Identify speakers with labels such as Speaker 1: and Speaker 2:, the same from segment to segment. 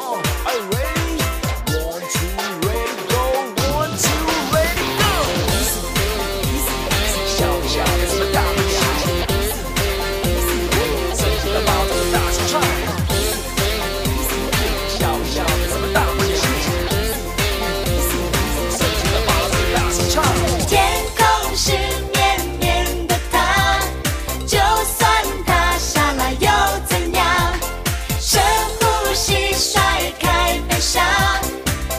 Speaker 1: Oh, I'm ready. One, two, ready, go. One, two, ready, go. Shout, shout, it's the diamond shot. Take the ball to the dance track. Shout, shout, it's the diamond shot. Take the ball to the dance track.
Speaker 2: 天空是绵绵的它，就算它傻了又怎样？深呼吸，甩开悲伤，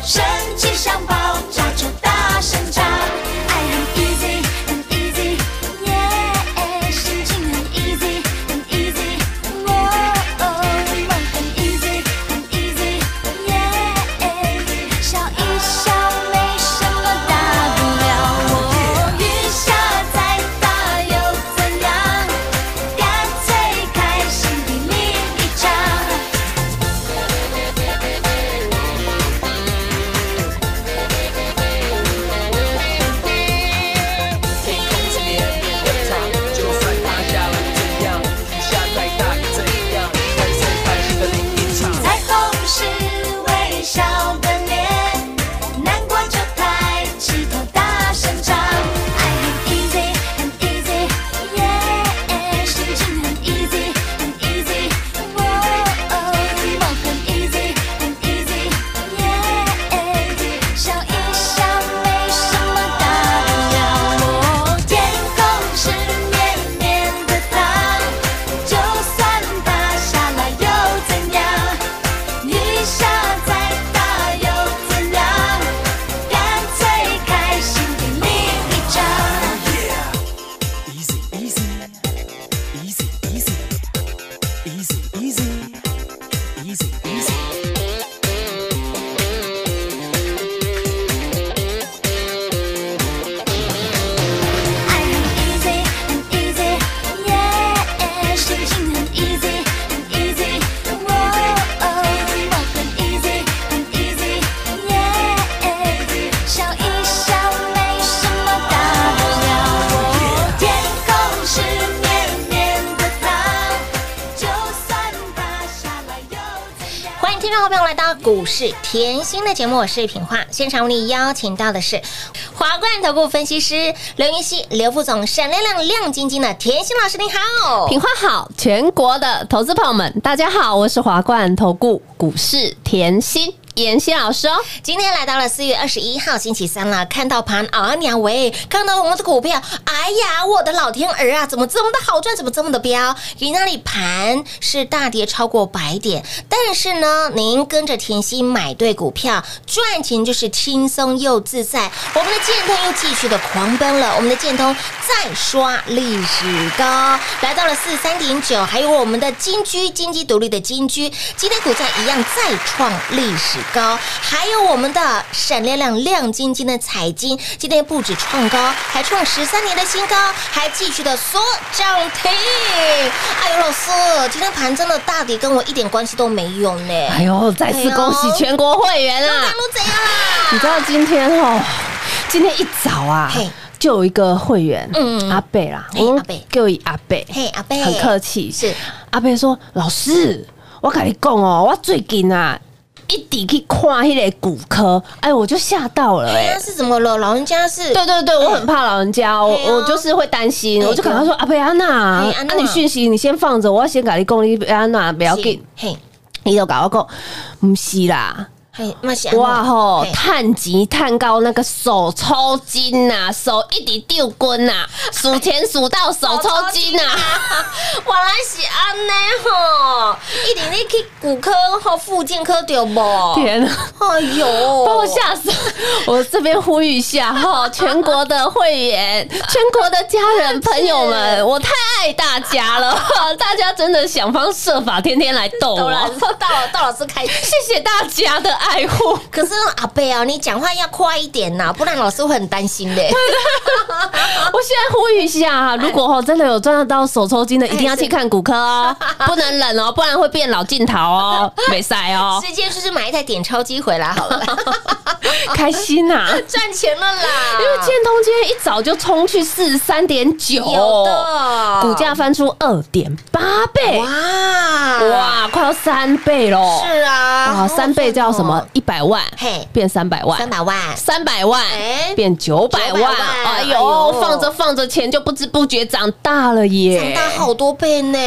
Speaker 2: 生气像爆炸，就大声唱。爱很 easy，很 easy，耶，心情很 easy，很 easy，哦，梦很 easy，很 easy，耶，笑一笑没什么大不了。哦，雨下再大又怎样？干脆开心的另一场。
Speaker 1: 天空是绵绵的它，就算它下了怎样，雨下再大又怎样，看谁开心的另一场。
Speaker 2: 彩虹是微笑的脸，难过就抬起头大声唱。爱很 easy，很 easy，耶，心情很 easy，很 easy，哦，梦很 easy，很 easy，耶，笑一笑没什么大不了。天空是绵绵的它，就算它下了又怎样？雨下再大又怎样？干脆开心的另一张。
Speaker 1: Easy, easy, easy, easy, easy, easy, easy, easy.
Speaker 2: 爱很 easy，很 easy，耶，心情很 easy，很 easy，哦哦，梦很 easy，很 easy，耶，笑一笑没什么大不了。天空是绵绵的它，就算它下来又怎样？
Speaker 3: 欢迎听众朋友来到股市甜心的节目，我是品化。现场为你邀请到的是华冠投顾分析师刘云熙、刘副总，闪亮亮、亮晶晶的甜心老师，你好！
Speaker 4: 品花好，全国的投资朋友们，大家好，我是华冠投顾股市甜心妍希老师哦。
Speaker 3: 今天来到了四月二十一号星期三了，看到盘啊娘喂，看到我们的股票，哎呀，我的老天儿啊，怎么这么的好赚，怎么这么的飙？你那里盘是大跌超过百点，但是呢，您跟着甜心买对股票，赚钱就是轻松又自在。我们的建通又继续的狂奔了，我们的建通再刷历史高，来到了四十三点九，还有我们的金居金鸡独立的金居，今天股价一样再创历史高，还有我们的闪亮亮亮晶晶的彩金，今天不止创高，还创十三年的新高，还继续的缩涨停。哎呦，老师，今天盘真的大跌，跟我一点关系都没有呢。
Speaker 4: 哎呦，再次恭喜全国会员
Speaker 3: 大
Speaker 4: 啊！
Speaker 3: 陆怎样啦？
Speaker 4: 你知道今天哦，今天一早啊
Speaker 3: 嘿，
Speaker 4: 就有一个会员，
Speaker 3: 嗯
Speaker 4: 嗯，阿贝啦，
Speaker 3: 嘿
Speaker 4: 嗯
Speaker 3: 阿贝
Speaker 4: 给我一阿贝，
Speaker 3: 嘿，阿贝，
Speaker 4: 很客气，
Speaker 3: 是
Speaker 4: 阿贝说，老师，我跟你讲哦，我最近啊。一直去看迄个骨科，哎，我就吓到了、哎
Speaker 3: 哎，呀，是怎么了？老人家是
Speaker 4: 对对嗯对，我很怕老人家，我
Speaker 3: 对啊
Speaker 4: 我就是会担心，
Speaker 3: 对
Speaker 4: 我就跟他说：“阿贝安娜，
Speaker 3: 嘿
Speaker 4: 啊
Speaker 3: 安娜
Speaker 4: 你讯息你先放着，我要先跟你讲，你安娜不要紧
Speaker 3: 是。嘿，”
Speaker 4: 你就跟我讲，不是啦，
Speaker 3: 嘿，嘛是
Speaker 4: 哇吼
Speaker 3: 嘿，
Speaker 4: 探级探高那个手抽筋呐、手一直丢棍呐，数钱数到手抽筋呐、啊
Speaker 3: 原来是安尼吼，一定你去骨科和附健科对无？
Speaker 4: 天啊！
Speaker 3: 哎呦，
Speaker 4: 把我吓死！ 我这边呼吁一下哈，全国的会员、全国的家人朋友
Speaker 3: 是
Speaker 4: 们，我太爱大家了， 大家真的想方设法，天天来逗
Speaker 3: 到了
Speaker 4: 我。
Speaker 3: 到了到老师开心。
Speaker 4: 谢谢大家的爱护。
Speaker 3: 可是那种阿贝啊，你讲话要快一点呐、不然老师会很担心的。
Speaker 4: 我现在呼吁一下啊，如果哦真的有赚得到手抽筋的，一定要去看骨科 哦，不能忍哦，不然会变老镜头哦，没塞 哦，
Speaker 3: 直接就是买一台点钞机回来好了，
Speaker 4: 开心呐、
Speaker 3: 赚钱了啦！
Speaker 4: 因为建通今天一早就冲去四十三点九，
Speaker 3: 有的
Speaker 4: 哦股价翻出二点八倍，
Speaker 3: 哇
Speaker 4: 哇，快要三倍喽！
Speaker 3: 是啊，
Speaker 4: 哇，三倍叫什么？一百万，
Speaker 3: 嘿
Speaker 4: 变三百万，
Speaker 3: 哦三百万，
Speaker 4: 三百万
Speaker 3: 哎
Speaker 4: 变九百
Speaker 3: 900
Speaker 4: 万，
Speaker 3: 万
Speaker 4: 哎
Speaker 3: 哎呦
Speaker 4: 呦，放着放着钱就不知不觉长大了耶！
Speaker 3: 长大好多倍呢！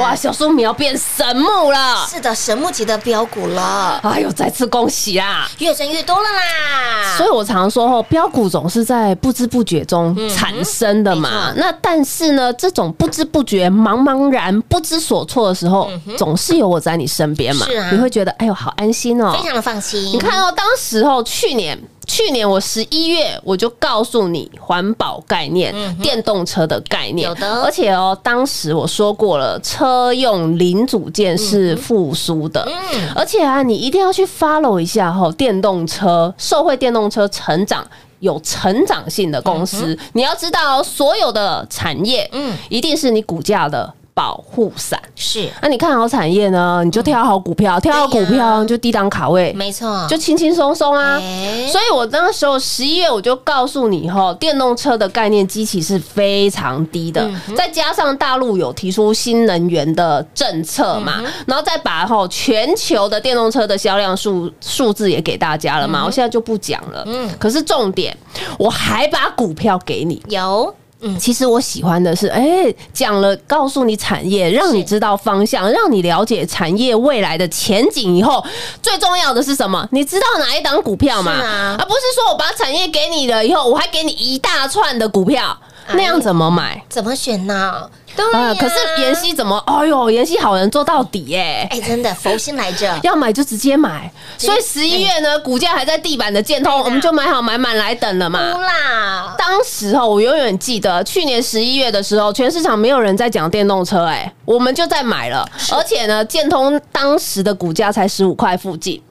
Speaker 4: 哇，，小树苗变神木了！
Speaker 3: 是的，神木级的标股了，
Speaker 4: 哎呦，再次恭喜啦！
Speaker 3: 越赚越多了啦！
Speaker 4: 所以
Speaker 3: 以
Speaker 4: 我常说吼，标股总是在不知不觉中
Speaker 3: 嗯
Speaker 4: 产生的嘛。那但是呢，这种不知不觉、茫茫然、不知所措的时候，总是有我在你身边嘛。
Speaker 3: 嗯是啊
Speaker 4: 你会觉得哎呦，好安心哦。
Speaker 3: 非常的放心。
Speaker 4: 你看哦，当时候去年。去年我十一月我就告诉你环保概念、电动车的概念，
Speaker 3: 嗯有的
Speaker 4: 而且哦，当时我说过了，车用零组件
Speaker 3: 嗯
Speaker 4: 是复苏的，而且啊，你一定要去 follow 一下哈、哦，电动车、受惠电动车成长。有成长性的公司，你要知道哦、所有的产业，
Speaker 3: 嗯
Speaker 4: 嗯，一定是你股价的保护伞。
Speaker 3: 是，
Speaker 4: 那、你看好产业呢，你就挑好股票，挑好股
Speaker 3: 对呀
Speaker 4: 票你就低档卡位，
Speaker 3: 没错，
Speaker 4: 就轻轻松松啊。
Speaker 3: 嗯哎
Speaker 4: 所以我那时候十一月我就告诉你吼，电动车的概念机器是非常低的，再加上大陆有提出新能源的政策嘛，然后再把吼全球的电动车的销量数数字也给大家了嘛，我现在就不讲了。嗯，可是重点，我还把股票给你。
Speaker 3: 有，嗯，
Speaker 4: 其实我喜欢的是，哎、讲了告诉你产业，让你知道方向，让你了解产业未来的前景以后，最重要的是什么？你知道哪一档股票嘛？
Speaker 3: 是啊
Speaker 4: 而不是说我把产业给你了以后，我还给你一大串的股票，
Speaker 3: 哎
Speaker 4: 那样怎么买？
Speaker 3: 怎么选呢？对呀
Speaker 4: 啊、可是妍，希怎么？哎呦，妍希好人做到底耶、
Speaker 3: 哎，真的佛心来 着，
Speaker 4: 要买就直接买，
Speaker 3: 直接哎啊
Speaker 4: 所以十一月呢，股价还在地板的见通，我们就买好买满来等了嘛。
Speaker 3: 哭啦，
Speaker 4: 当时哦，我永远记得去年十一月的时候，全市场没有人在讲电动车、哎，我们就在买了，而且呢，建通当时的股价才十五块附近。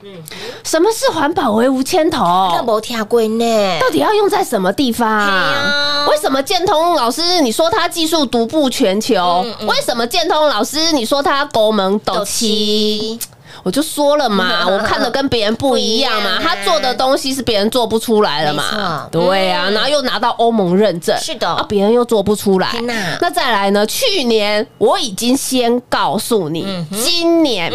Speaker 4: 什么是环保为无牵头？
Speaker 3: 那没听过呢，
Speaker 4: 哦到底要用在什么地方、
Speaker 3: 嘿呀
Speaker 4: 为什么建通老师你说他技术独步全球？
Speaker 3: 嗯
Speaker 4: 为什么建通老师你说他国门斗七？我就说 了嘛，我看的跟别人不一样嘛，
Speaker 3: 不一样啊
Speaker 4: 他做的东西是别人做不出来的嘛，
Speaker 3: 没错嗯
Speaker 4: 对啊，然后又拿到欧盟认证，
Speaker 3: 是的
Speaker 4: 啊，别人又做不出来
Speaker 3: 天哪。
Speaker 4: 那再来呢？去年我已经先告诉你，
Speaker 3: 嗯
Speaker 4: 今年。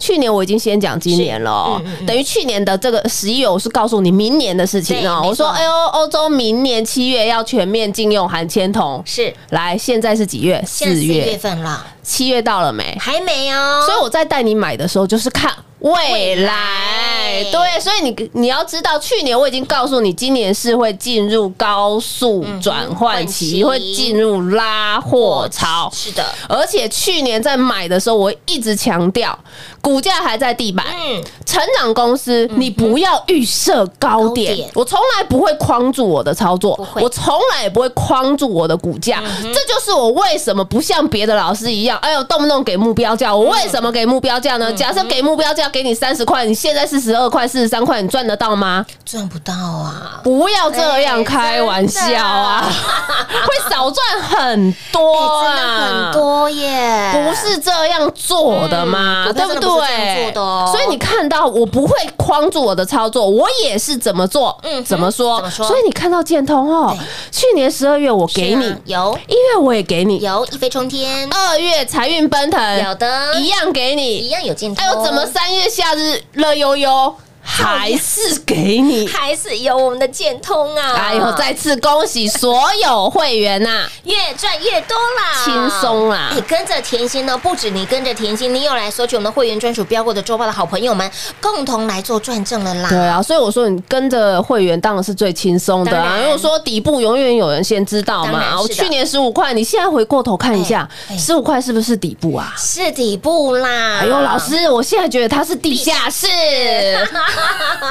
Speaker 4: 去年我已经先讲今年了哦、
Speaker 3: 嗯
Speaker 4: 等于去年的这个十一月，我是告诉你明年的事情哦、
Speaker 3: 对没
Speaker 4: 我说，
Speaker 3: 错
Speaker 4: 哎呦，欧洲明年七月要全面禁用含铅筒。
Speaker 3: 是，
Speaker 4: 来，现在是几月？
Speaker 3: 现在
Speaker 4: 四
Speaker 3: 四月
Speaker 4: 月。
Speaker 3: 份了，
Speaker 4: 七月到了没？
Speaker 3: 还没哦，
Speaker 4: 所以我在带你买的时候，就是看啊未
Speaker 3: 未
Speaker 4: 来
Speaker 3: 来。
Speaker 4: 对，所以你你要知道，去年我已经告诉你，今年是会进入高速转换期，
Speaker 3: 换
Speaker 4: 嗯会
Speaker 3: 期
Speaker 4: 进入拉货潮。
Speaker 3: 是的，
Speaker 4: 而且去年在买的时候，我一直强调，股价还在地板。
Speaker 3: 嗯，
Speaker 4: 成长公司，你不要预设高
Speaker 3: 高
Speaker 4: 点。
Speaker 3: 点
Speaker 4: 我从来不会框住我的操作
Speaker 3: 不，会嗯
Speaker 4: 我从来也不会框住我的股价。这就是我为什么不像别的老师一样，哎呦，动不动给目标价。
Speaker 3: 嗯
Speaker 4: 我为什么给目标价呢？假设给目标价给你三十块，你现在四十二块、四十三块，你赚得到吗？
Speaker 3: 赚不到啊，
Speaker 4: 不要这样
Speaker 3: 哎
Speaker 4: 开玩笑啊， 会少赚很多
Speaker 3: 哎，真的
Speaker 4: 啊，
Speaker 3: 很多耶，啊
Speaker 4: 不是这样做的嘛，
Speaker 3: 嗯
Speaker 4: 对
Speaker 3: 股票
Speaker 4: 不
Speaker 3: 真的不是这样做
Speaker 4: 对？
Speaker 3: 的哦
Speaker 4: 所以你看到我不会框住我的操作，我也是怎么做，
Speaker 3: 嗯哼
Speaker 4: 怎么说
Speaker 3: 怎么？说
Speaker 4: 所以你看到建通哦
Speaker 3: 对，
Speaker 4: 去年十二月我给你
Speaker 3: 是，啊有
Speaker 4: 一月我也给你，
Speaker 3: 有一飞冲天，
Speaker 4: 二月财运奔腾
Speaker 3: 有的，
Speaker 4: 呃一样给
Speaker 3: 一
Speaker 4: 你，
Speaker 3: 样有进头，
Speaker 4: 哎呦，怎么三月夏日乐悠悠还是给你？
Speaker 3: 还是有我们的建通啊？
Speaker 4: 哎呦，再次恭喜所有会员呐、
Speaker 3: 越赚越多啦，
Speaker 4: 轻松啊啦
Speaker 3: 你跟着甜心呢，不止你跟着甜心，你有来索取我们会员专属标过的周报的好朋友们，共同来做转正了啦。
Speaker 4: 对啊，所以我说你跟着会员当然是最轻松的
Speaker 3: 当
Speaker 4: 啊。
Speaker 3: 然
Speaker 4: 因为我说底部永远有人先知道
Speaker 3: 当然
Speaker 4: 嘛。我
Speaker 3: 是的
Speaker 4: 去年十五块，你现在回过头看一下
Speaker 3: 哎，哎
Speaker 4: 十五块是不是底部啊？
Speaker 3: 是底部
Speaker 4: 哎
Speaker 3: 啦。嗯
Speaker 4: 哎呦，老，师，我现在觉得它是地下室。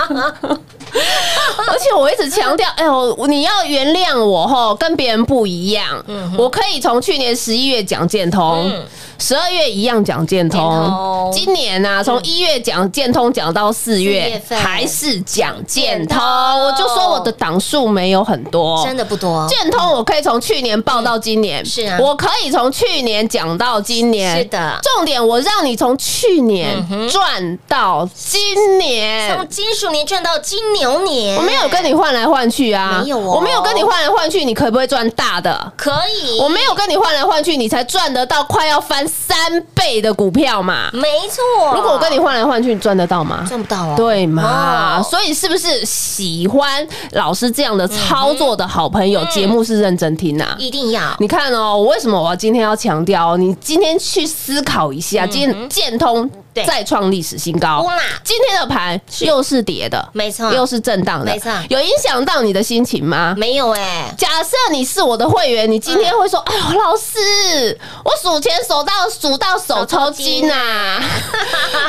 Speaker 4: 而且我一直强调，哎呦，你要原谅我吼，跟别人不一样。
Speaker 3: 嗯
Speaker 4: 我可以从去年十一月讲建通，十二月一样讲建
Speaker 3: 建
Speaker 4: 通
Speaker 3: 通，嗯
Speaker 4: 今年啊，从一月讲建通讲到四
Speaker 3: 四
Speaker 4: 月
Speaker 3: 月，份
Speaker 4: 还是讲建
Speaker 3: 建
Speaker 4: 通。
Speaker 3: 通
Speaker 4: 我就说我的档数没有很多，
Speaker 3: 真的不多，
Speaker 4: 建通我可以从去年报到今年，
Speaker 3: 是啊
Speaker 4: 我可以从去年讲到今年，
Speaker 3: 是的
Speaker 4: 重点我让你从去年
Speaker 3: 嗯
Speaker 4: 赚到今年。
Speaker 3: 从金属年赚到金牛年，
Speaker 4: 哎我没有跟你换来换去啊，
Speaker 3: 没有哦
Speaker 4: 我没有跟你换来换去，你可不可以赚大的？
Speaker 3: 可以，
Speaker 4: 我没有跟你换来换去，你才赚得到快要翻三倍的股票嘛。
Speaker 3: 没错，
Speaker 4: 如果我跟你换来换去，你赚得到吗？
Speaker 3: 赚不到哦，
Speaker 4: 对嘛？
Speaker 3: 哦
Speaker 4: 所以是不是喜欢老师这样的
Speaker 3: 嗯
Speaker 4: 操作的好朋友，节目是认真听啊？
Speaker 3: 一定要
Speaker 4: 你看哦，我为什么我今天要强调哦？你今天去思考一下，今天建通
Speaker 3: 嗯对
Speaker 4: 再创历史新高
Speaker 3: 乌啦，
Speaker 4: 今天的盘又是跌的，
Speaker 3: 没错
Speaker 4: 又是震荡的，
Speaker 3: 没错
Speaker 4: 有影响到你的心情吗？
Speaker 3: 没嗯有哎，
Speaker 4: 假设你是我的会员，你今天会说：“哎呦，老师，我数钱数到数到手抽筋啊！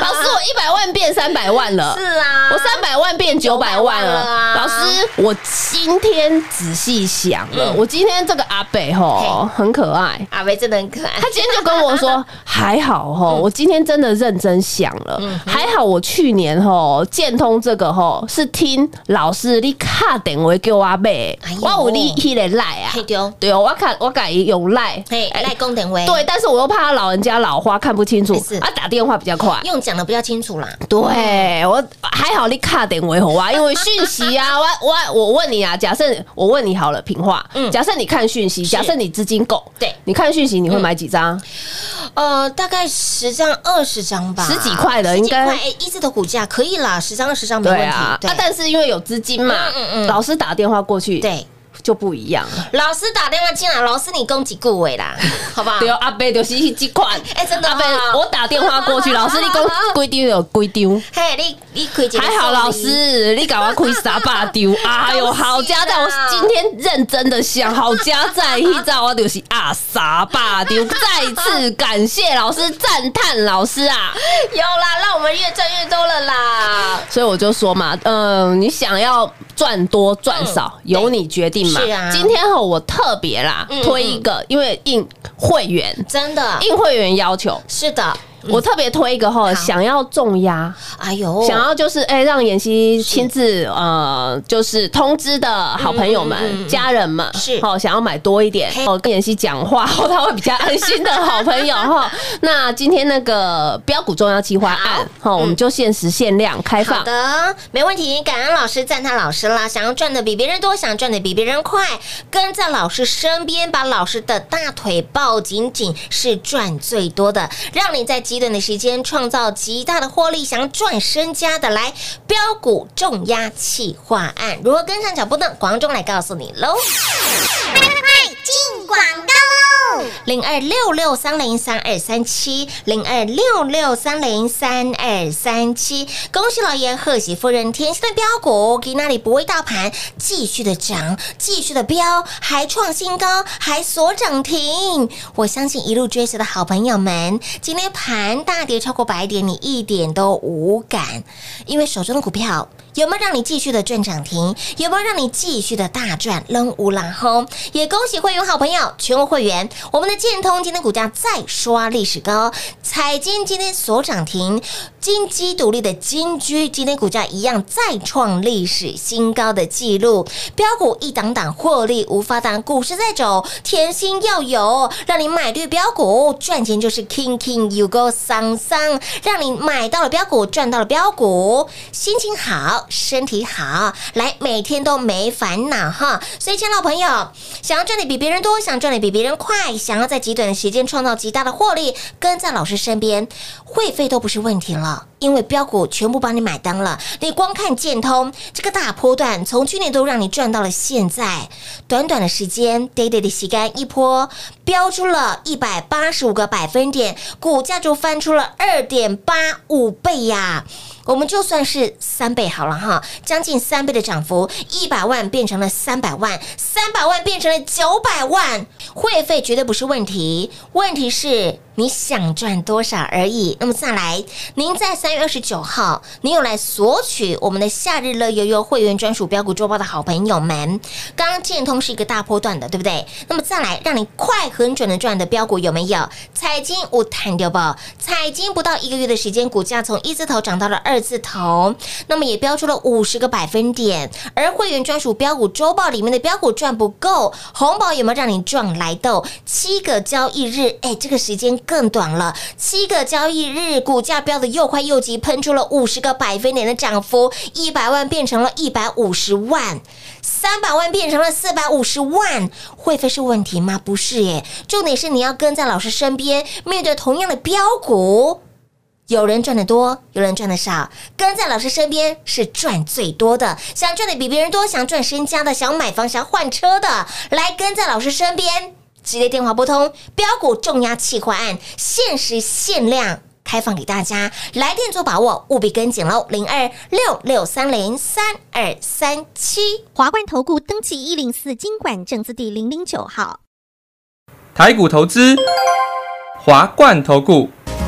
Speaker 4: 老师，我一百万变三百万了。”
Speaker 3: 是啊，
Speaker 4: 我三百万变九百万了，
Speaker 3: 900万了啊
Speaker 4: 老师，我今天仔细想
Speaker 3: 嗯
Speaker 4: 了，我今天这个阿北吼很可爱。
Speaker 3: 阿维真的很可爱
Speaker 4: 他，今天就跟 我说，还好吼，
Speaker 3: 嗯
Speaker 4: 我今天真的认真想了，还好我去年吼建通这个吼是听老师你卡电话给我阿妹
Speaker 3: 哎，呦
Speaker 4: 我有你迄个赖啊
Speaker 3: 嘿，丢，
Speaker 4: 对哦，我卡我改用赖，
Speaker 3: 嘿，
Speaker 4: 哎
Speaker 3: 赖功等威，
Speaker 4: 对，，但是我又怕他老人家老花看不清楚
Speaker 3: 没事，
Speaker 4: 啊打电话比较快，
Speaker 3: 用讲的比较清楚啦，
Speaker 4: 对我还好，你卡点维护啊，因为讯息啊， 我我我问你啊，假设我问你好了，平话，
Speaker 3: 嗯
Speaker 4: 假设你看讯息，假设你资金够，
Speaker 3: 对
Speaker 4: 你看讯息你会买几
Speaker 3: 嗯
Speaker 4: 张？
Speaker 3: 呃，大概十张二十张吧，
Speaker 4: 十几块的应该
Speaker 3: 十几块哎，一字头股价可以啦，十张二十张没问
Speaker 4: 对
Speaker 3: 题。
Speaker 4: 啊，
Speaker 3: 对
Speaker 4: 啊，但是因为有资金嘛
Speaker 3: 嗯嗯，嗯
Speaker 4: 老师打电话过去，
Speaker 3: 对，啊
Speaker 4: 就不一样了。
Speaker 3: 老师打电话进来，老师你攻击顾伟 啦，好不好？
Speaker 4: 对哦，阿贝就是这款，
Speaker 3: 哎真的
Speaker 4: 阿贝
Speaker 3: 哦，
Speaker 4: 我打电话 过去，老师你讲规定有规定。
Speaker 3: 嘿，你你可以
Speaker 4: 还好老，师，你赶快亏啥把丢？哎呦，
Speaker 3: 恭喜啦
Speaker 4: 好家在我今天认真的想，好家在一照我就是啊啥把丢。再次感谢老师，赞叹老师 啊！
Speaker 3: 有啦，让我们越赚越多了啦。
Speaker 4: 所以我就说嘛，嗯，你想要赚多赚少，由你决定嘛。
Speaker 3: 嗯是啊
Speaker 4: 今天哦，我特别啦
Speaker 3: 嗯
Speaker 4: 推一个，因为应会员
Speaker 3: 真的，
Speaker 4: 应会员要求，
Speaker 3: 是的，
Speaker 4: 我特别推一个吼，想要重压。
Speaker 3: 哎呦，
Speaker 4: 想要就是哎、让妍希亲自呃，就是通知的好朋友们、
Speaker 3: 嗯嗯嗯嗯
Speaker 4: 家人们，
Speaker 3: 是
Speaker 4: 哦，想要买多一点
Speaker 3: 嘿
Speaker 4: 哦，跟妍希讲话， 哦，他会比较安心的好朋 友哈、哦。那今天那个标股重要计划案，哈、哦，我们就限时限量开
Speaker 3: 嗯好
Speaker 4: 放。
Speaker 3: 的，没问题。感恩老师，赞叹老师啦！想要赚的比别人多，想赚的比别人快，跟在老师身边，把老师的大腿抱紧紧，是赚最多的。让你在极短的时间创造极大的获利，想赚身家的来标股重压企划案，如何跟上脚步呢？广众来告诉你喽。零二六六三零三二三七，零二六六三零三二三七。恭喜老爷，贺喜夫人，甜心的标股，给那里不畏大盘，继续的涨，继续的飙，还创新高，还锁涨停。我相信一路追随的好朋友们，今天盘大跌超过百点，你一点都无感，因为手中的股票。有没有让你继续的赚涨停？有没有让你继续的大赚扔乌拉轰？也恭喜会员好朋友，全国会员，我们的建通今天股价再刷历史高，彩金今天所涨停，金鸡独立的金居今天股价一样再创历史新高的记录，标股一档档获利无法挡，股市在走，甜心要有，让你买对标股，赚钱就是 king king you go 桑桑，让你买到了标股，赚到了标股，心情好，身体好，来每天都没烦恼哈。所以，亲爱的朋友，想要赚的比别人多，想赚的比别人快，想要在极短的时间创造极大的获利，跟在老师身边，会费都不是问题了。因为标股全部帮你买单了，你光看建通这个大波段，从去年都让你赚到了现在，短短的时间，day day 的洗干一波，标出了一百八十五个百分点，股价就翻出了二点八五倍呀、我们就算是三倍好了哈，将近三倍的涨幅，一百万变成了三百万，三百万变成了九百万，会费绝对不是问题，问题是。你想赚多少而已。那么再来，您在三月二十九号，您有来索取我们的夏日乐悠悠会员专属标股周报的好朋友们，刚刚建通是一个大波段的，对不对？那么再来，让你快很准的赚的标股有没有？彩金我谈掉不？彩金不到一个月的时间，股价从一字头涨到了二字头，那么也标出了五十个百分点。而会员专属标股周报里面的标股赚不够，红宝有没有让你赚来豆？七个交易日，哎，这个时间更短了，七个交易日，股价飙的又快又急，喷出了五十个百分点的涨幅，一百万变成了一百五十万，三百万变成了四百五十万，会费是问题吗？不是耶，重点是你要跟在老师身边，面对同样的标股。有人赚的多，有人赚的少，跟在老师身边是赚最多的。想赚的比别人多，想赚身家的，想买房、想换车的，来跟在老师身边。直接电话拨通，标股重压企划案，限时限量。开放给大家，来电做把握，务必跟紧喽！零二六六三零三二三七。
Speaker 5: 华冠投顾登记一零四经管证字第零零九号。
Speaker 6: 台股投资，华冠投顾。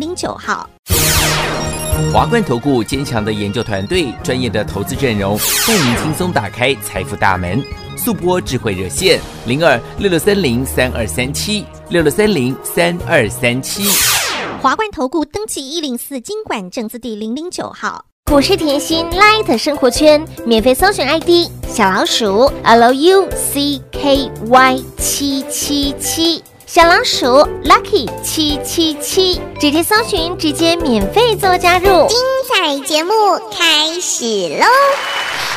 Speaker 5: 零九号。
Speaker 7: 华冠投顾坚强的研究团队，专业的投资阵容，带您轻松打开财富大门。速播智慧热线零二六六三零三二三七六六三零三二三七。
Speaker 5: 华冠投顾登记一零四经管证字第零零九号。
Speaker 2: 股市甜心 Light 生活圈免费搜寻 ID 小老鼠 Lucky 七七七，小老鼠 Lucky 七七七，直接搜寻，直接免费做加入。
Speaker 5: 彩节目开始喽！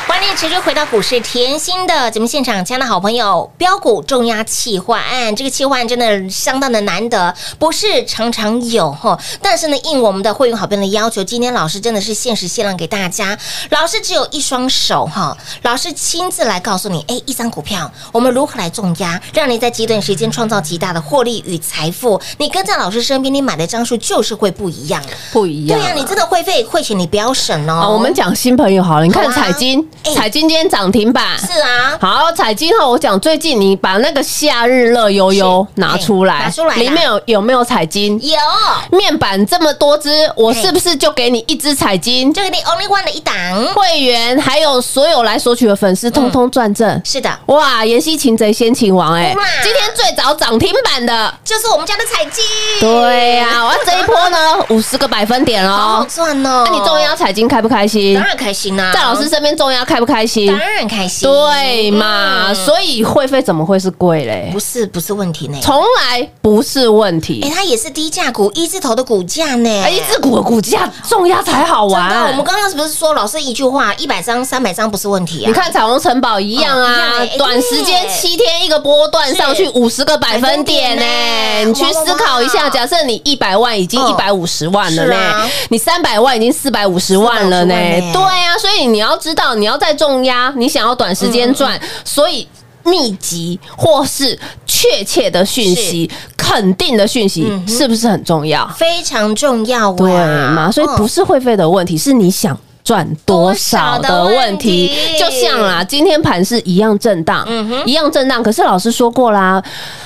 Speaker 3: 欢迎持续回到股市甜心的节目现场，亲爱的好朋友，标股重压企划嗯案，这个企划案真的相当的难得，不是常常有哈。但是呢，应我们的会员好朋友的要求，今天老师真的是限时限量给大家，老师只有一双手哈，老师亲自来告诉你，哎，一张股票我们如何来重压，让你在极短时间创造极大的获利与财富。你跟在老师身边，你买的张数就是会不一样。
Speaker 4: 不一
Speaker 3: 对
Speaker 4: 样。
Speaker 3: 呀、你真的会费会钱，你不要省哦。
Speaker 4: 啊，我们讲新朋友好了，你看
Speaker 3: 好啊
Speaker 4: 彩金
Speaker 3: 哎，
Speaker 4: 彩金今天涨停板。
Speaker 3: 是啊，
Speaker 4: 好，彩金哈，我讲最近你把那个夏日乐悠悠
Speaker 3: 是
Speaker 4: 拿出
Speaker 3: 哎
Speaker 4: 来，
Speaker 3: 拿出来啦
Speaker 4: 里面有有没有彩金？
Speaker 3: 有
Speaker 4: 面板这么多只，我是不是就给你一只彩金？
Speaker 3: 就给你 only one 的一档。
Speaker 4: 会员还有所有来索取的粉丝，通通赚正。
Speaker 3: 是的，
Speaker 4: 哇，妍希擒贼先擒王哎、
Speaker 3: 嗯哇
Speaker 4: 今天最早涨停板的。
Speaker 3: 就是我们家的彩金。
Speaker 4: 对呀、我这一波呢，五十个百分点
Speaker 3: 好好
Speaker 4: 哦。
Speaker 3: 赚哦。
Speaker 4: 那、你中央彩金开不开心
Speaker 3: 当？然开心啦、
Speaker 4: 在老师身边中央开不开心
Speaker 3: 当？然开心。
Speaker 4: 对嘛，
Speaker 3: 嗯
Speaker 4: 所以会费怎么会是贵嘞
Speaker 3: 不？是不是问题呢。
Speaker 4: 从来不是问
Speaker 3: 哎，
Speaker 4: 题，
Speaker 3: 它也是低价股，一字头的股价呢。
Speaker 4: 哎，一啊只股的股价重压才好
Speaker 3: 真的，
Speaker 4: 玩。
Speaker 3: 我们刚刚是不是说老师一句话，一百张、三百张不是问题啊？
Speaker 4: 你看彩虹城堡一样
Speaker 3: 哦一样
Speaker 4: 啊
Speaker 3: 欸，
Speaker 4: 短时间
Speaker 3: 对
Speaker 4: 七天一个波段上去
Speaker 3: 是
Speaker 4: 五十个百分点呢、
Speaker 3: 百分点欸
Speaker 4: 你去思考一
Speaker 3: 哇哇哇
Speaker 4: 下，假设你一百万已经一
Speaker 3: 嗯
Speaker 4: 百五十万了
Speaker 3: 是
Speaker 4: 呢、
Speaker 3: 啊
Speaker 4: 你三百万已经四百五十万了呢、
Speaker 3: 450万欸
Speaker 4: 对啊，所以你要知道，你要在重压，你想要短时间
Speaker 3: 嗯
Speaker 4: 赚，所以。密集或是确切的讯息、肯定的讯息，
Speaker 3: 嗯
Speaker 4: 是不是很重要？
Speaker 3: 非常重要啊，
Speaker 4: 对嘛？所以不
Speaker 3: 嗯
Speaker 4: 是会费的问题，是你想。赚多少的问题
Speaker 3: 多少的问题，嗯
Speaker 4: 就像啦，今天盘是一样震荡，一样震荡。可是老师说过啦，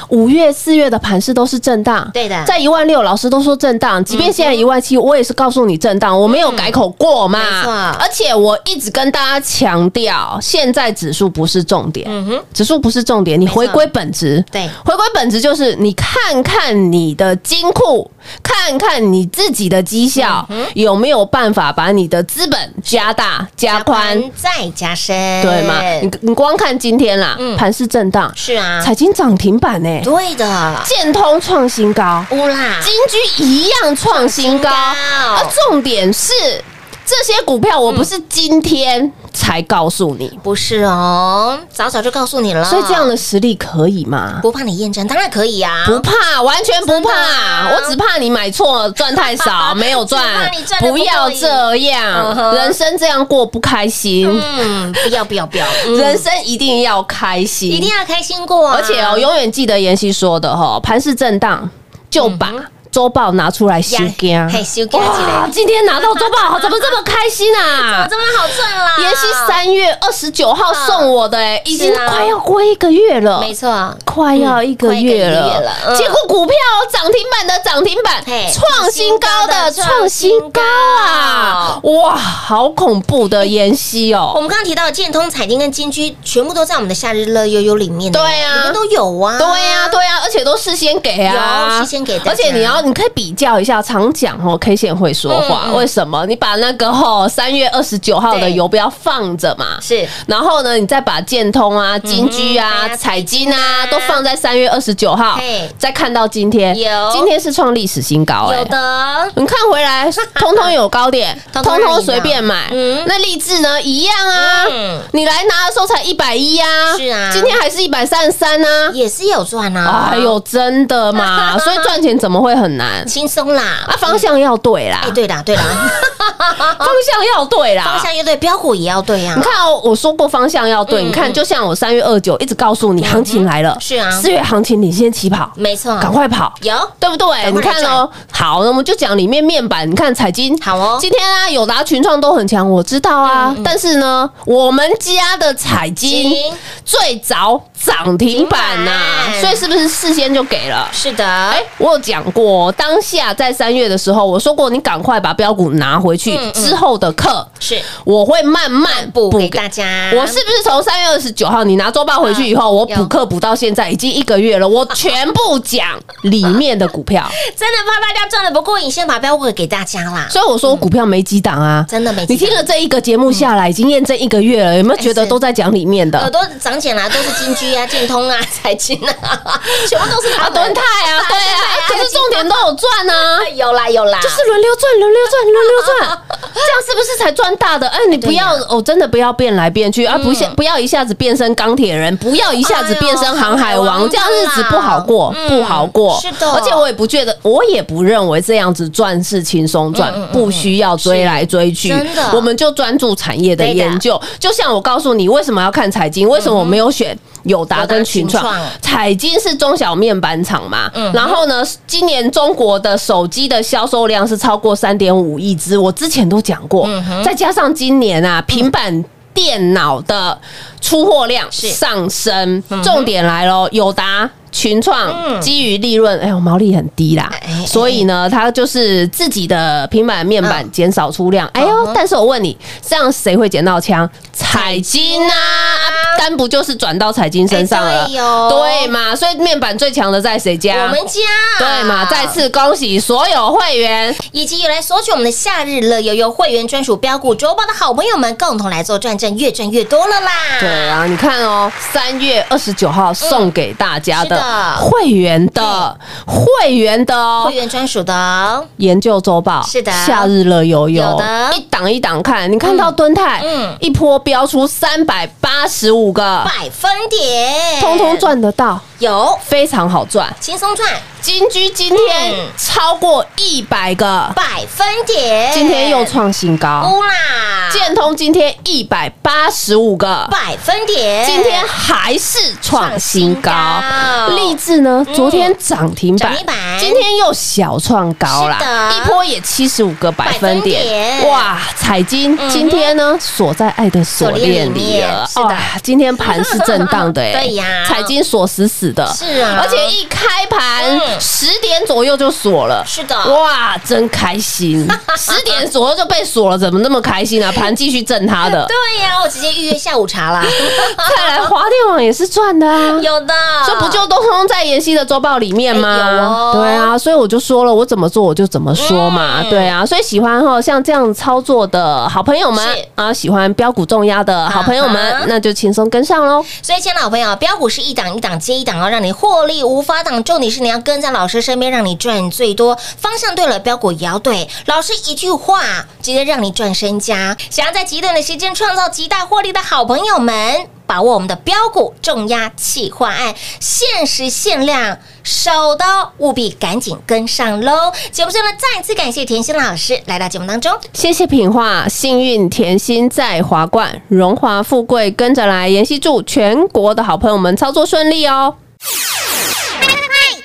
Speaker 4: 五月、四月的盘势都是震荡，
Speaker 3: 对的嗯
Speaker 4: 在一万六，老师都说震荡，即便现在一万七，我也是告诉你震荡，我没有改口过嘛
Speaker 3: 没错。
Speaker 4: 而且我一直跟大家强调，现在指数不是重点，指数不是重点，你
Speaker 3: 嗯错
Speaker 4: 回归本质，
Speaker 3: 对
Speaker 4: 回归本质就是你看看你的金库，看看你自己的绩效、有没有办法把你的资本加大加
Speaker 3: 加
Speaker 4: 宽，
Speaker 3: 宽再加深，
Speaker 4: 对嗯吗？你你光看今天啦，盘市震荡，
Speaker 3: 是啊，
Speaker 4: 彩金涨停板呢、
Speaker 3: 对的，
Speaker 4: 建通创新高，
Speaker 3: 乌啦，
Speaker 4: 啊金居一样创新高，
Speaker 3: 创
Speaker 4: 啊
Speaker 3: 新高
Speaker 4: 而重点是。这这些股票我不是今天才告诉你，
Speaker 3: 不是哦，早早就告诉你了，
Speaker 4: 所以这样的实力可以吗？
Speaker 3: 不怕你验证，当然可以呀、啊，
Speaker 4: 不怕，完全不
Speaker 3: 真的啊
Speaker 4: 怕，我只怕你买错了，赚太 少，没有赚
Speaker 3: 只怕你赚，得不
Speaker 4: 不要
Speaker 3: 够瘾
Speaker 4: 这
Speaker 3: 嗯
Speaker 4: 样，
Speaker 3: 哼
Speaker 4: 人生这样过不开心，
Speaker 3: 嗯，不要不要不要，嗯
Speaker 4: 人生一定要开心，
Speaker 3: 一定要开心过、啊，
Speaker 4: 而且哦，永远记得妍希说的哈、哦，盘势震荡就把周报拿出来修
Speaker 3: 嗯呀
Speaker 4: 干。
Speaker 3: 嘿修干起
Speaker 4: 哇
Speaker 3: 来，，
Speaker 4: 今天拿到周 报，怎么这么开心啊？
Speaker 3: 这么好赚啦！
Speaker 4: 妍希，三月二十九号送我的、哎、已经
Speaker 3: 是啊
Speaker 4: 快要过一个月了，
Speaker 3: 没错，
Speaker 4: 快要一个月了，
Speaker 3: 快一个月了嗯
Speaker 4: 结果股票涨停板的涨停板
Speaker 3: 嘿，
Speaker 4: 创新高的创新高啊！哇，好恐怖的妍希
Speaker 3: 我
Speaker 4: 哦，
Speaker 3: 们刚刚提到建通、彩金跟金居，全部都在我们的夏日乐悠悠里面呢，
Speaker 4: 对啊
Speaker 3: 你们都有啊，
Speaker 4: 对呀、对呀、而且都事先给啊，
Speaker 3: 有事先给大家
Speaker 4: 而且你要，你可以比较一下，常讲哦，K 线会说话，
Speaker 3: 嗯嗯
Speaker 4: 为什么？你把那个吼三月二十九号的
Speaker 3: 对
Speaker 4: 游标放着嘛，
Speaker 3: 是
Speaker 4: 然后呢，你再把建通啊、金居
Speaker 3: 嗯还
Speaker 4: 啊
Speaker 3: 有、
Speaker 4: 彩金
Speaker 3: 彩金
Speaker 4: 啊
Speaker 3: 啊
Speaker 4: 都放在三月二十九号
Speaker 3: 嘿，
Speaker 4: 再看到今天，
Speaker 3: 有
Speaker 4: 今天是创历史新高，哎
Speaker 3: 有。的，
Speaker 4: 你看回来，通通有高点，
Speaker 3: 通
Speaker 4: 通
Speaker 3: 通让你
Speaker 4: 通
Speaker 3: 拿
Speaker 4: 随便买。
Speaker 3: 嗯
Speaker 4: 那励志呢，一样啊。
Speaker 3: 嗯
Speaker 4: 你来拿的时候才一百一啊，
Speaker 3: 是啊
Speaker 4: 今天还是一百三十三啊。
Speaker 3: 也是有赚啊，
Speaker 4: 哎呦，，真的 嘛？所以赚钱怎么会很难
Speaker 3: 轻松啦，
Speaker 4: 啊？方向要对啦啊
Speaker 3: 哎，，对啦对 啦，
Speaker 4: 方向要对啦，
Speaker 3: 方向也对，标股也要嗯对啊呀
Speaker 4: 你，看哦，我说过方向要对，你看，就像我三月二九一直告诉你，行情来了，
Speaker 3: 是啊
Speaker 4: 四月行情你先起跑，
Speaker 3: 没错，
Speaker 4: 赶快跑。
Speaker 3: 有
Speaker 4: 对不对？
Speaker 3: 赶
Speaker 4: 你
Speaker 3: 快来
Speaker 4: 看哦，好，那我们就讲里面面板。你看彩金，
Speaker 3: 好哦嗯
Speaker 4: 今天啊，友达、群创都很强，我知道啊。但是呢，我们家的彩金
Speaker 3: 金
Speaker 4: 最早涨停板呐、
Speaker 3: 停板
Speaker 4: 所以是不是事先就给了？
Speaker 3: 是的，
Speaker 4: 哎，我有讲过，当下在三月的时候，我说过，你赶快把标股拿回去，
Speaker 3: 嗯嗯
Speaker 4: 之后的课
Speaker 3: 是
Speaker 4: 我会慢慢
Speaker 3: 补
Speaker 4: 补
Speaker 3: 给
Speaker 4: 给
Speaker 3: 大家，
Speaker 4: 我是不是从三月二十九号你拿周报回去以后，我
Speaker 3: 有
Speaker 4: 补课补到现在已经一个月了，我全部讲里面的股票，
Speaker 3: 真的怕大家赚的不过瘾，先把标股给大家啦，
Speaker 4: 所以我说我股票没几档啊，
Speaker 3: 真的没几档
Speaker 4: 你听了这一个节目下来，已经验证一个月了，有没有觉
Speaker 3: 哎
Speaker 4: 得
Speaker 3: 是
Speaker 4: 都在讲里面
Speaker 3: 耳
Speaker 4: 的？
Speaker 3: 朵长茧啦，都是金居啊、 建通啊、财经啊，全部都是他
Speaker 4: 啊，
Speaker 3: 们
Speaker 4: 蹲泰啊，对啊，可是重点都有赚啊。
Speaker 3: 有啦有啦，
Speaker 4: 就是轮流转，轮流转，轮流 转，这样是不是才赚大的？哎，你不要
Speaker 3: 啊
Speaker 4: 哦，真的不要变来变去
Speaker 3: 嗯
Speaker 4: 啊！不像不要一下子变身钢铁人，不要一下子变身航海
Speaker 3: 哎呦
Speaker 4: 王，这样日子不好过
Speaker 3: 嗯，
Speaker 4: 不好过。
Speaker 3: 是的
Speaker 4: 而且我也不觉得，我也不认为这样子赚是轻松赚，
Speaker 3: 嗯
Speaker 4: 不需要追来追去。
Speaker 3: 真的
Speaker 4: 我们就专注产业的
Speaker 3: 对的
Speaker 4: 研究。就像我告诉你，为什么要看财经？为什么我没有选友达
Speaker 3: 友达
Speaker 4: 跟
Speaker 3: 群
Speaker 4: 群创
Speaker 3: 创？
Speaker 4: 彩金是中小面板厂嘛，
Speaker 3: 嗯
Speaker 4: 然后呢，今年中国的手机的销售量是超过三点五亿只，我之前都讲过，
Speaker 3: 嗯
Speaker 4: 再加上今年啊，平板。电脑的出货量上升，
Speaker 3: 嗯
Speaker 4: 重点来喽！友达、群创基于利润，哎呦，毛利很低啦
Speaker 3: 哎哎，
Speaker 4: 所以呢，它就是自己的平板面板减少出量。
Speaker 3: 嗯
Speaker 4: 哎呦，但是我问你，这样谁会捡到枪？彩金啊，啊单不就是转到彩金身上
Speaker 3: 哎
Speaker 4: 了
Speaker 3: 对？哟
Speaker 4: 对嘛，所以面板最强的在谁家？
Speaker 3: 我们家
Speaker 4: 对嘛？再次恭喜所有会员，
Speaker 3: 以及有来索取我们的夏日乐悠悠会员专属标股周报的好朋友们，共同来做转正，越赚越多了啦！
Speaker 4: 对啊，你看哦，三月二十九号送给大家
Speaker 3: 是的
Speaker 4: 的会员的会员的哦
Speaker 3: 会，员专属的哦，
Speaker 4: 研究周报
Speaker 3: 是的
Speaker 4: 夏日乐悠悠
Speaker 3: 有的
Speaker 4: 一档一档看，你看到敦泰，
Speaker 3: 嗯嗯
Speaker 4: 嗯，一波飙出三百八十五个，
Speaker 3: 百分点，
Speaker 4: 通通赚得到，
Speaker 3: 有，
Speaker 4: 非常好赚。
Speaker 3: 轻松赚
Speaker 4: 金居今天
Speaker 3: 嗯
Speaker 4: 超过一百个，
Speaker 3: 百分点，
Speaker 4: 今天又创新高。
Speaker 3: 乌啦，
Speaker 4: 建通今天一百八十五个，
Speaker 3: 百分点，
Speaker 4: 今天还是创新
Speaker 3: 哎
Speaker 4: 高
Speaker 3: 创新高。嗯
Speaker 4: 励志呢，昨天涨停
Speaker 3: 涨
Speaker 4: 板
Speaker 3: 停板，
Speaker 4: 今天又小创高啦
Speaker 3: 是的，
Speaker 4: 一波也七十五个百
Speaker 3: 百
Speaker 4: 分
Speaker 3: 分
Speaker 4: 点。
Speaker 3: 点嗯
Speaker 4: 哇，彩金今天呢锁在爱的锁链里了。
Speaker 3: 锁链里面是的
Speaker 4: 哇今天盘是震 荡的哎，
Speaker 3: 对呀
Speaker 4: 彩金锁死死的，
Speaker 3: 是啊
Speaker 4: 而且一开盘
Speaker 3: 嗯
Speaker 4: 十点左右就锁了。
Speaker 3: 是的
Speaker 4: 哇，真 开心！十点左右就被锁了，怎么那么开心啊？盘继续震他的。
Speaker 3: 对呀，我直接预约下午茶 啦，
Speaker 4: 再来，华电网也是赚的啊。
Speaker 3: 有的，
Speaker 4: 这不就都通通在妍希的周报里面吗？
Speaker 3: 哎有哦
Speaker 4: 对啊，所以我就说了，我怎么做我就怎么说嘛。
Speaker 3: 嗯
Speaker 4: 对啊，所以喜欢哈像这样操作的的好朋友们
Speaker 3: 是
Speaker 4: 啊，喜欢标股重压的好朋友们
Speaker 3: 啊哈，
Speaker 4: 那就轻松跟上喽。
Speaker 3: 所以，亲爱的好朋友，标股是一档一档接一档哦，让你获利无法挡。重点是你要跟在老师身边，让你赚最多。方向对了，标股也要对。老师一句话，直接让你赚身家。想要在极短的时间创造极大获利的好朋友们，把握我们的标股重压企划案，限时限量，手刀务必赶紧跟上喽！节目最后呢，再次感谢甜心老师来到节目当中。
Speaker 4: 谢谢品画，幸运甜心在华冠，荣华富贵跟着来。妍希祝全国的好朋友们操作顺利哦。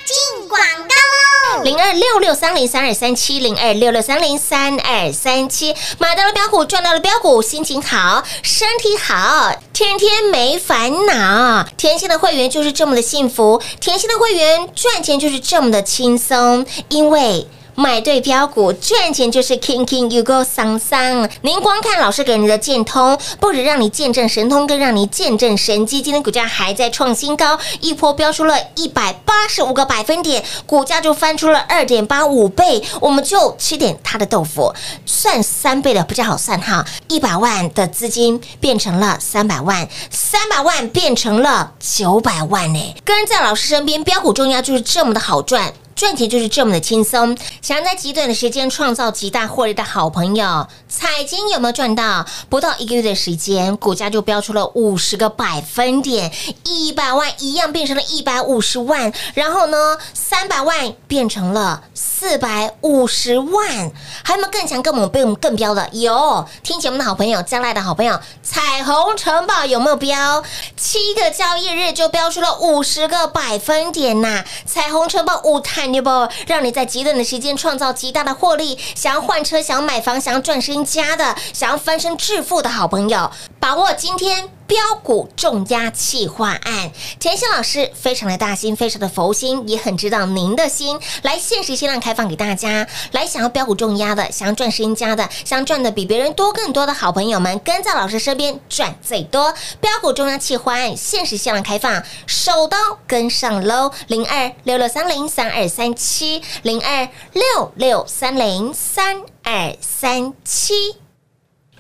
Speaker 5: 进广告喽！
Speaker 3: 零二六六三零三二三七零二六六三零三二三七，买到了标股，赚到了标股，心情好，身体好，天天没烦恼。甜心的会员就是这么的幸福，甜心的会员赚钱就是这么的轻松，因为。买对标股赚钱就是 king king you go 桑桑。您光看老师给你的建通，不止让你见证神通，更让你见证神机。今天股价还在创新高，一波飙出了一百八十五个百分点，股价就翻出了二点八五倍。我们就吃点他的豆腐，算三倍的比较好算哈。一百万的资金变成了三百万，三百万变成了九百万呢、跟在老师身边，标股重要就是这么的好赚。赚钱就是这么的轻松。想要在极短的时间创造极大获利的好朋友，彩金有没有赚到？不到一个月的时间，股价就飙出了五十个百分点，一百万一样变成了一百五十万，然后呢，三百万变成了四百五十万，还有没有更强、更猛、更更标的？有听节目的好朋友，将来的好朋友，彩虹城堡有没有标？七个交易日就标出了五十个百分点呐、彩虹城堡五探牛不，让你在极短的时间创造极大的获利。想要换车、想要买房、想要赚身家的、想要翻身致富的好朋友，把握今天。标股重压企划案，田心老师非常的大心，非常的佛心，也很知道您的心。来，限时限量开放给大家，来想要标股重压的，想要赚身家的，想要赚的比别人多更多的好朋友们，跟在老师身边赚最多。标股中央企划案限时限量开放，手刀跟上喽！零二六六三零三二三七，零二六六三零三二三七。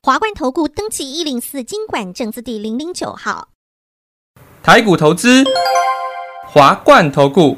Speaker 5: 华冠投顾登记一零四经管证字第零零九号。
Speaker 6: 台股投资，华冠投顾。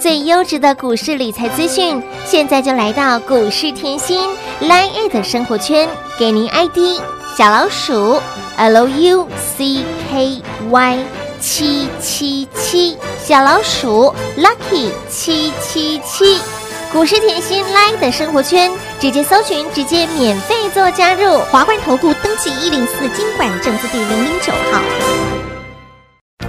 Speaker 2: 最优质的股市理财资讯，现在就来到股市甜心 Line A 的生活圈，给您 ID 小老鼠 LUCKY 七七七，小老鼠 Lucky 七七七。股市甜心 Line 的生活圈，直接搜寻，直接免费做加入。
Speaker 5: 华冠投顾登记一零四经管证字第零零九号。